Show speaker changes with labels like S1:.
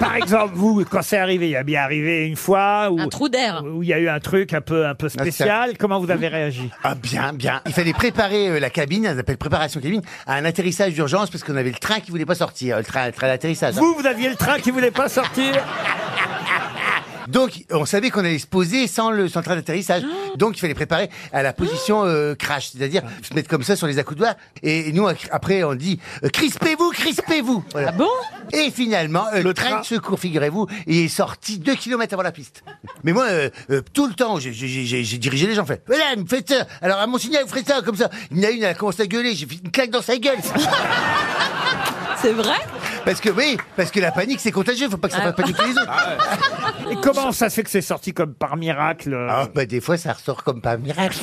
S1: par exemple, vous, quand c'est arrivé, il y a bien arrivé une fois où,
S2: Un trou d'air.
S1: où il y a eu un truc un peu, un peu spécial. Comment vous avez réagi
S3: Ah bien, bien. Il fallait préparer euh, la cabine, elle s'appelle préparation cabine, à un atterrissage d'urgence parce qu'on avait le train qui voulait pas sortir, le train, le train d'atterrissage. hein.
S1: Vous, vous aviez le train qui voulait pas sortir
S3: Donc on savait qu'on allait se poser sans le, sans le train d'atterrissage. Donc il fallait préparer à la position euh, crash, c'est-à-dire se mettre comme ça sur les accoudoirs. Et nous ac- après on dit euh, crispez-vous, crispez-vous. Voilà.
S2: Bon
S3: Et finalement, euh, le train, de secours, figurez-vous, il est sorti deux kilomètres avant la piste. Mais moi, euh, euh, tout le temps, j'ai- j'ai j'ai- j'ai dirigé les gens, fait, madame, faites ça. Alors, à mon signal, vous faites ça, comme ça. Il y en a une, elle a commencé à gueuler, j'ai fait une claque dans sa gueule.
S2: C'est vrai
S3: Parce que oui, parce que la panique, c'est contagieux, faut pas que ça
S2: Ah.
S3: fasse paniquer les autres. Ah,
S1: Et comment ça se fait que c'est sorti comme par
S3: Ah.
S1: miracle euh,
S3: bah, des fois, ça ressort comme par miracle.